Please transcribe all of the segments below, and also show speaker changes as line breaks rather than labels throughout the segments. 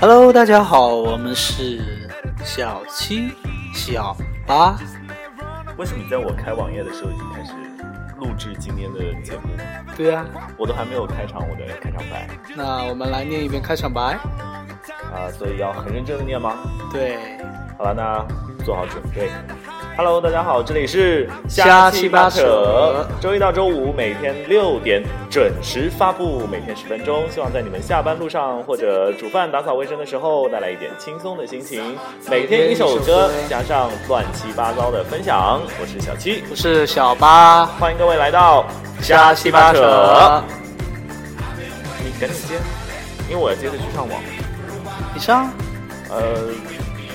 Hello，大家好，我们是小七、小八。
为什么你在我开网页的时候已经开始录制今天的节目？
对啊，
我都还没有开场我的开场白
那我们来念一遍开场白。
啊、所以要很认真的念吗？
对，
好了，那做好准备。Hello，大家好，这里是
瞎七
七
八扯
扯，周一到周五每天六点准时发布，每天十分钟，希望在你们下班路上或者煮饭、打扫卫生的时候带来一点轻松的心情。每天一首歌，加上乱七八糟的分享。我是小七，
我是小八。
欢迎各位来到瞎七八扯。你赶紧接，因为我要接着去上网。
以上，
呃，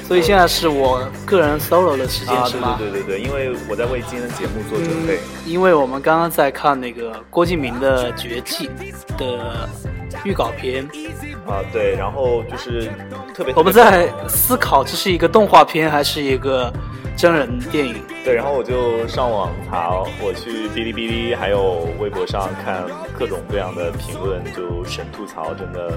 所以现在是我个人 solo 的时间、
啊，
是
对
吗？嗯
对对对对，因为我在为今天的节目做准备。
因为我们刚刚在看那个郭敬明的《绝技》的预告片，
啊，对，然后就是特别
嗯我们在思考这是一个动画片还是一个真人电影。
对，然后我就上网查，哦我去哔哩哔哩还有微博上看各种各样的评论，就神吐槽，真的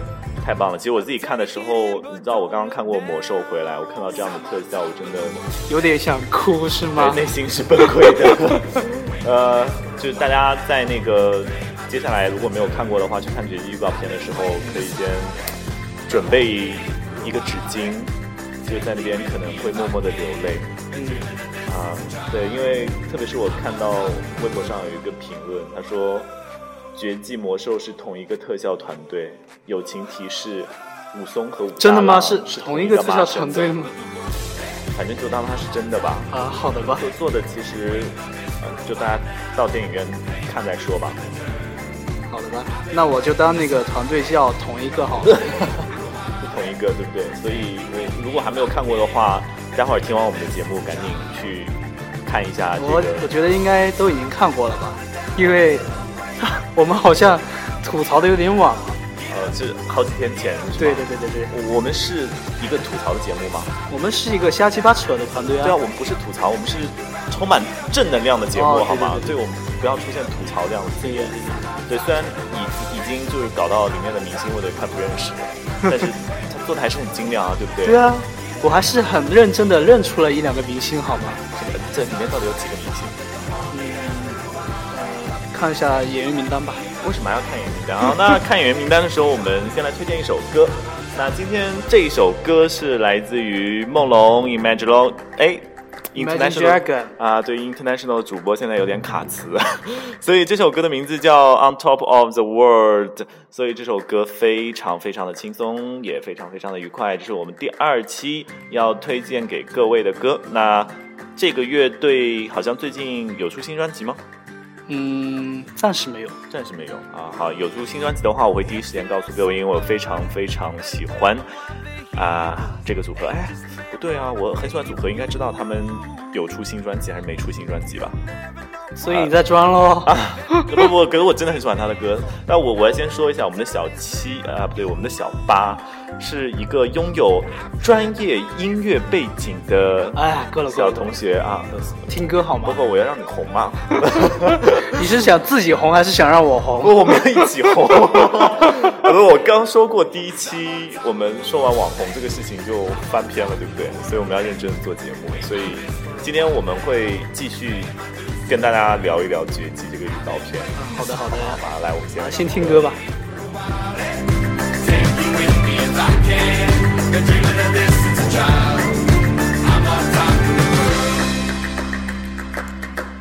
太棒了。其实我自己看的时候，你知道我刚刚看过《魔兽》回来，我看到这样的特效，我真的
有点想哭是吗
对？内心是崩溃的。呃，就是大家在那个接下来如果没有看过的话，去看这预告片的时候，可以先准备一个纸巾，就在那边可能会默默的流泪。
嗯，
啊，对，因为特别是我看到微博上有一个评论，他说《绝技魔兽》是同一个特效团队，友情提示。武松和武大郎
真的吗？是
是
同一个特效团队
吗？
吗？
反正就当它是真的吧。
啊，好的吧。
就做的其实，呃，就大家到电影院看再说吧。
好的吧，那我就当那个团队叫同一个好 了。
是同一个，对不对？所以我如果还没有看过的话，待会儿听完我们的节目，赶紧去看一下这
我我
个。
觉得应该都已经看过了吧，因为我们好像吐槽的有点晚了。
呃，是好几天前。是吧
对对。对对对，
我我们是一个吐槽的节目嘛？
我们是一个瞎七八扯的团队啊。
对啊，我们不是吐槽，我们是充满正能量的节目，
哦对
好吗？
对对对
我们不要出现吐槽这样的字
对啊
眼。对，虽然已已经就是搞到里面的明星我都快不认识了，但是他做的还是很精良啊，对不对？
对啊，我还是很认真的认出了一两个明星，好吗？
呃这里面到底有几个明星？
嗯看一下演员名单吧。
为什么还要看演员名单啊？那看演员名单的时候，我们先来推荐一首歌。那今天这一首歌是来自于梦龙 Imagine Lo- 哎
Imagine
International
Dragon
啊，对 International 主播现在有点卡词， 所以这首歌的名字叫 On Top of the World。所以这首歌非常非常的轻松，也非常非常的愉快。这是我们第二期要推荐给各位的歌。那这个乐队好像最近有出新专辑吗？
嗯，暂时没有。
暂时没有啊。好，有出新专辑的话，我会第一时间告诉各位，因为我非常非常喜欢啊这个组合。哎，不对啊，我很喜欢组合，应该知道他们有出新专辑还是没出新专辑吧？
所以你在装喽？
不不，可是我真的很喜欢他的歌。那我我要先说一下，我们的小七啊，不对，我们的小八是一个拥有专业音乐背景的
哎呀，够了够
小
了，
同学啊。
听歌好
包
吗？
括我要让你红啊嘛。
你是想自己红还是想让我红？
不，我们要一起红。 我说我刚说过第一期，我们说完网红这个事情就翻篇了，对不对？所以我们要认真做节目。所以今天我们会继续跟大家聊一聊《绝技》这个预告片。
啊好的好的，
好吧，来，我们先
啊先听歌吧。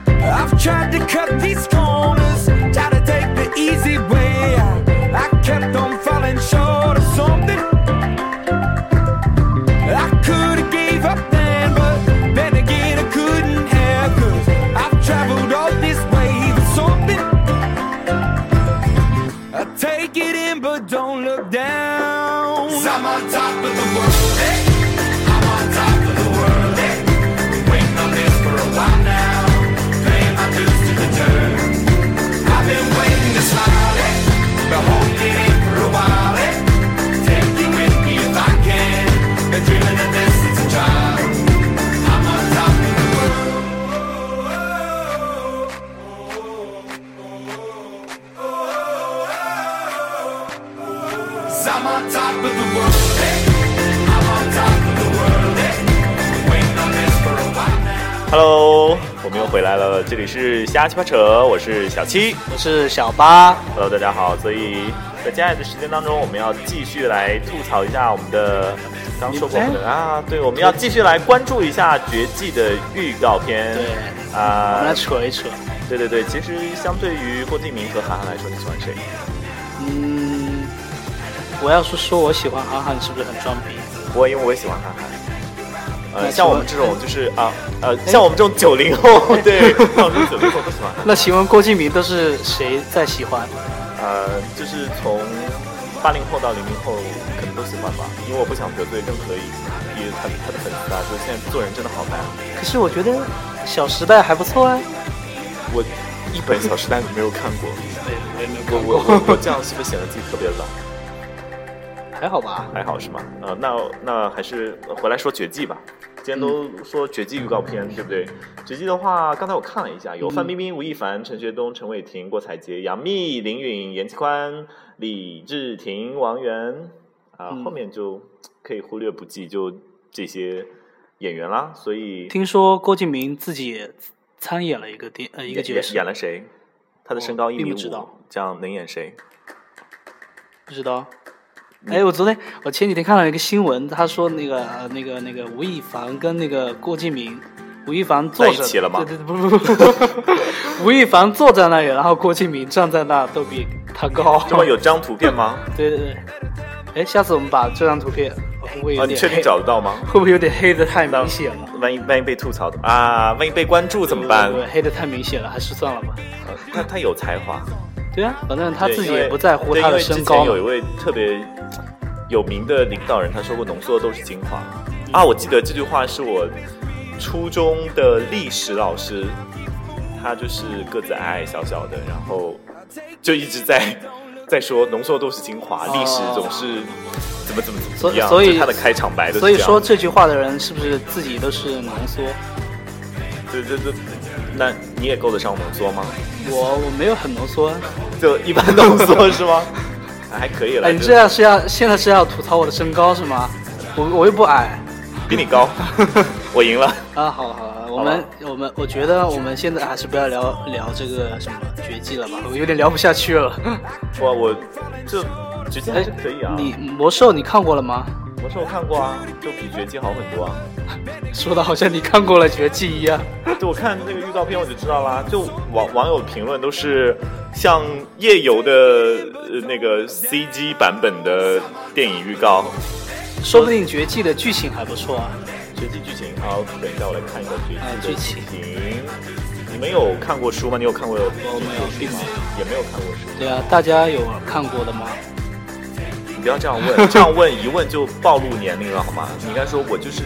I've tried to cut these corners, try to take the easy way. out. I kept on falling short of something. I could have gave up then, but then again I couldn't have. Cause I've traveled all this way for something. I take it in, but don't look down. i I'm on top of the world. eh? I'm on top of the world. eh? Been waiting on this for a while now. Paying my dues to the dirt. I've been waiting to smile. eh? Been holding it for a while. eh? Take you with me if I can. Been dreaming of this since a child. I'm on top of the world. i I'm on top of the world. eh?
Hello，我们又回来了，这里是瞎七八扯，我是小七。
我是小八，
Hello，大家好。所以在接下来的时间当中，我们要继续来吐槽一下我们的刚说过的
哎
啊，对，我们要继续来关注一下《绝技》的预告片。
对我
啊
们来、扯一扯。
对对对，其实相对于郭敬明和韩寒来说，你喜欢谁？
嗯，我要是说我喜欢韩寒，是不是很装逼？
我因为我也喜欢韩寒。呃，
那哎
像我们这
请
种就是啊，呃，像我们这种九 零后，对，像我们九零后都喜欢韩寒。
那请问郭敬明都是谁在喜欢？
呃，就是从八零后到零零后，可能都喜欢吧，因为我不想得罪任何一一他他的粉丝啊，就是现在做人真的好啊难。
可是我觉得《小时代》还不错啊。
我一本《小时代》没有看过，
对，我也没有
我我我我这样是不是显得自己特别老？
还好吧？
还好是吗？呃，那那还是回来说《绝技》吧。今天都
嗯
说《绝技》预告片，对不对？《绝技》的话，刚才我看了一下，有
嗯
范冰冰、吴亦凡、陈学冬、陈伟霆、郭采洁、杨幂、林允、严其宽、李治廷、王源啊，
嗯
后面就可以忽略不计，就这些演员啦。所以
听说郭敬明自己参演了一个电呃一个
演
角
演
色
演，了谁？他的
我
身高一
并
米
不
五
知道，
这样能演谁？
不知道。哎，我昨天我前几天看了一个新闻，他说那个呃那个那个吴亦凡跟那个郭敬明，吴亦凡坐
在一
着
起了吗
对对对，不不不， 吴亦凡坐在那里，然后郭敬明站在那，都比他 高。
这么有张图片吗？
对对对，哎，下次我们把这张图片会不会
啊，
有
你
点
确定
黑？
找得到吗？
会不会有点黑的太明显了？
万一万一被吐槽的啊，万一被关注怎么办
不？会黑的太明显了，还是算了吧。
呃他他有才华，
对啊，反正他
对
自己
因为
也不在乎
对
他
因
的
为之
身
前
高
有一
嘛。
位特别有名的领导人，他说过“浓缩的都是精华”啊，我记得这句话是我初中的历史老师，他就是个子矮矮小小的，然后就一直在在说“浓缩的都是精华”，历史总是怎么怎么怎
哦所
么样，
所以
就他的开场白都是
所以
这样
说这句话的人是不是自己都是浓缩？
对对对，那你也够得上浓缩 吗？
我我没有很浓缩啊。
就一般浓缩是吗？ 还可以了，
哎，你这样是要现在是要吐槽我的身高是吗？我我又不矮
比你高， 我赢了。
啊！好好，好我们我们我觉得我们现在还是不要聊聊这个什么绝技了吧，
嗯
我有点聊不下去了。
哇，我这绝技还
哎
是可以啊。，
你魔兽你看过了吗？
魔兽看过啊，就比绝技好很多啊。
说的好像你看过了绝技一样。
就我看那个预告片我就知道啦，就网网友评论都是像夜游的呃那个 CG 版本的电影预告，
说不定绝技的剧情还不错啊。
绝技剧情。好，等一下我来看一下
啊
绝
剧
技的
情
情。你们有看过书吗？你有看过？
我没有并没有
也没有看过书。
对啊，大家有看过的吗？
你不要这样问，这样问一问就暴露年龄了好吗？你应该说我就是，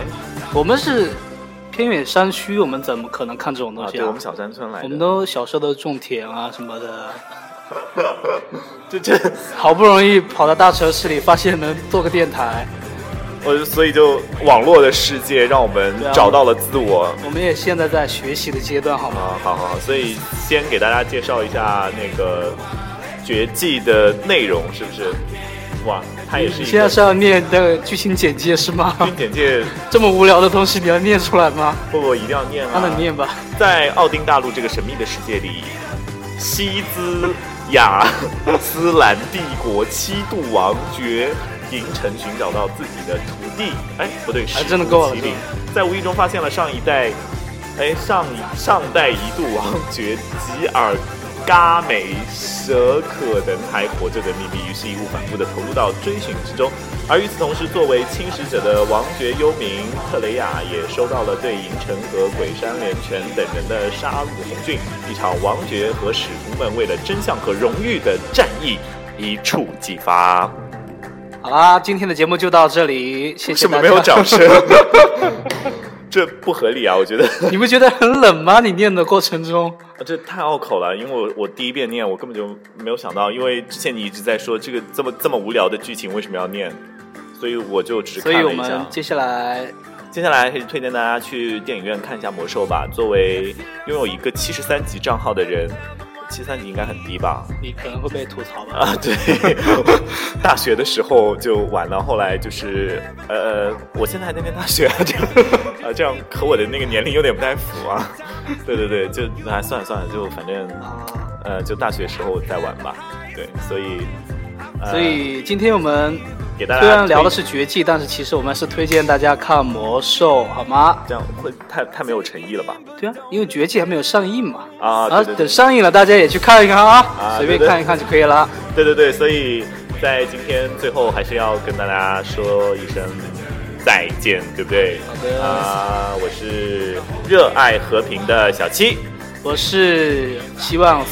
哎
我们是偏远山区，我们怎么可能看这种东
啊，
西
对我们小山村来的，
我们都小时候都种田啊什么的，
就这，
好不容易跑到大城市里，发现能做个电台，
我就所以就网络的世界让我们
对啊
找到了自我。
我们也现在在学习的阶段，好吗？
啊，好好好，所以先给大家介绍一下那个绝技的内容，是不是？哇，它也是
你
一
嗯现在
个
是要念的剧情简介是 吗？
军简介，
这么无聊的东西你要念出来吗？
不不，一定要念啊！
那你念吧。
在奥丁大陆这个神秘的世界里，西兹雅斯兰帝国七度王爵银城寻找到自己的徒弟，哎，不对，是
真的够了
麒
真
麟
的，
在无意中发现了上一代，哎，上上代一度王爵吉尔。嘎美舍可能还活着的秘密，于是义无反顾地投入到追寻之中。而与此同时，作为侵蚀者的王爵幽冥特雷雅也收到了对银城和鬼山连泉等人的杀戮红讯，一场王爵和使徒们为了真相和荣誉的战役一触即发。
好啦，今天的节目就到这里，谢谢
为什
大家。
么没有掌声？这不合理啊！我觉得
你不觉得很冷吗？你念的过程中，
这太拗口了，因为我我第一遍念，我根本就没有想到，因为之前你一直在说这个这么这么无聊的剧情为什么要念，所以我就只
所
看
以我
了一下。
们接下来
接下来还是推荐大家去电影院看一下《魔兽》吧。作为拥有一个七十三级账号的人，七三级应该很低吧？
你可能会被吐槽吧？
啊，对， 大学的时候就玩了，后来就是呃，我现在还在念大学，这样啊，这样和我的那个年龄有点不太符啊。 对对对，就哎算了算了，就反正
啊，
呃，就大学时候再玩吧。对，所以、呃
所以今天我们
给大家
虽然聊的
推
是绝技，但是其实我们是推荐大家看魔兽，好吗？
这样会太太没有诚意了吧？
对啊，因为绝技还没有上映嘛。
啊
然后
对对对
等上映了，大家也去看一看啊，
啊
随便
对对
看一看就可以了。
对对对，所以在今天最后还是要跟大家说一声再见，对不对？
好的
啊、我是热爱和平的小七，
我是希望
啊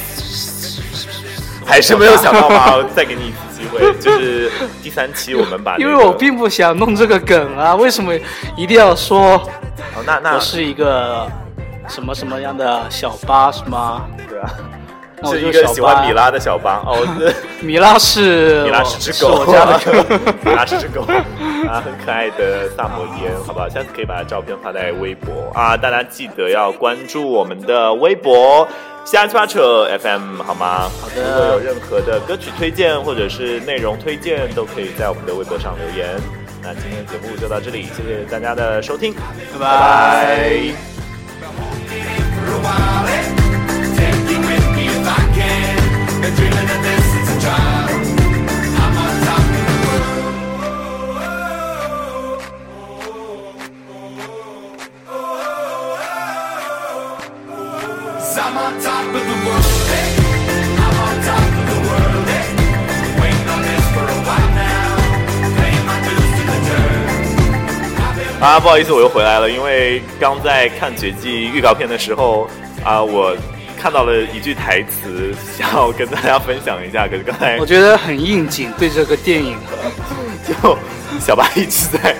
还是没有想 到吧？我再给你一次机会，就是第三期我们把、
因为我并不想弄这个梗啊，为什么一定要说
哦，那那
我是一个什么什么样的小八是吗？
对啊，
那我
是
就
一个
小
喜欢
八
米拉的小 巴哦。对
米拉是
米拉是只狗，
我家的狗。
米拉是只狗啊，很可爱的萨摩耶，好不好？下次可以把它照片发在微博啊，大家记得要关注我们的微博。瞎七八扯 FM 好吗？好
的
如果有任何的歌曲推荐或者是内容推荐，都可以在我们的微博上留言。那今天的节目就到这里，谢谢大家的收听，
拜
拜
拜。
拜
for a while, eh? Take it with me if I can. Been dreaming of this since a child. I'm on top of the world. I'm on top of the world, eh? I'm on top of the world, eh? Waiting on this for a while now. Paying my dues to the dirt. I've been
啊，不好意思，我又回来了，因为刚在看《绝技》预告片的时候，啊，我看到了一句台词，想要跟大家分享一下。可是刚才
我觉得很应景，对这个电影
就小白一直在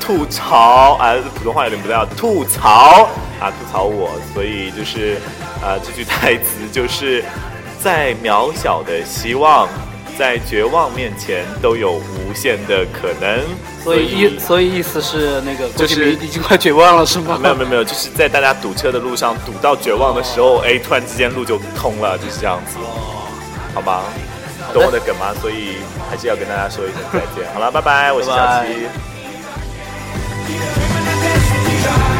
吐槽啊，普通话有点不太好，吐槽啊，吐槽我，所以就是啊，这句台词就是在渺小的希望，在绝望面前都有无限的可能，
所以意所以意思是那个
就
郭
是啊
敬明已经快绝望了是吗？
没有没有没有，就是在大家堵车的路上堵到绝望的时候，哎，突然之间路就通了，就是这样子，好吧？懂我的梗吗？所以还是要跟大家说一声再见。好了，拜拜，我是小
拜拜
七。
dreaming of this since a child.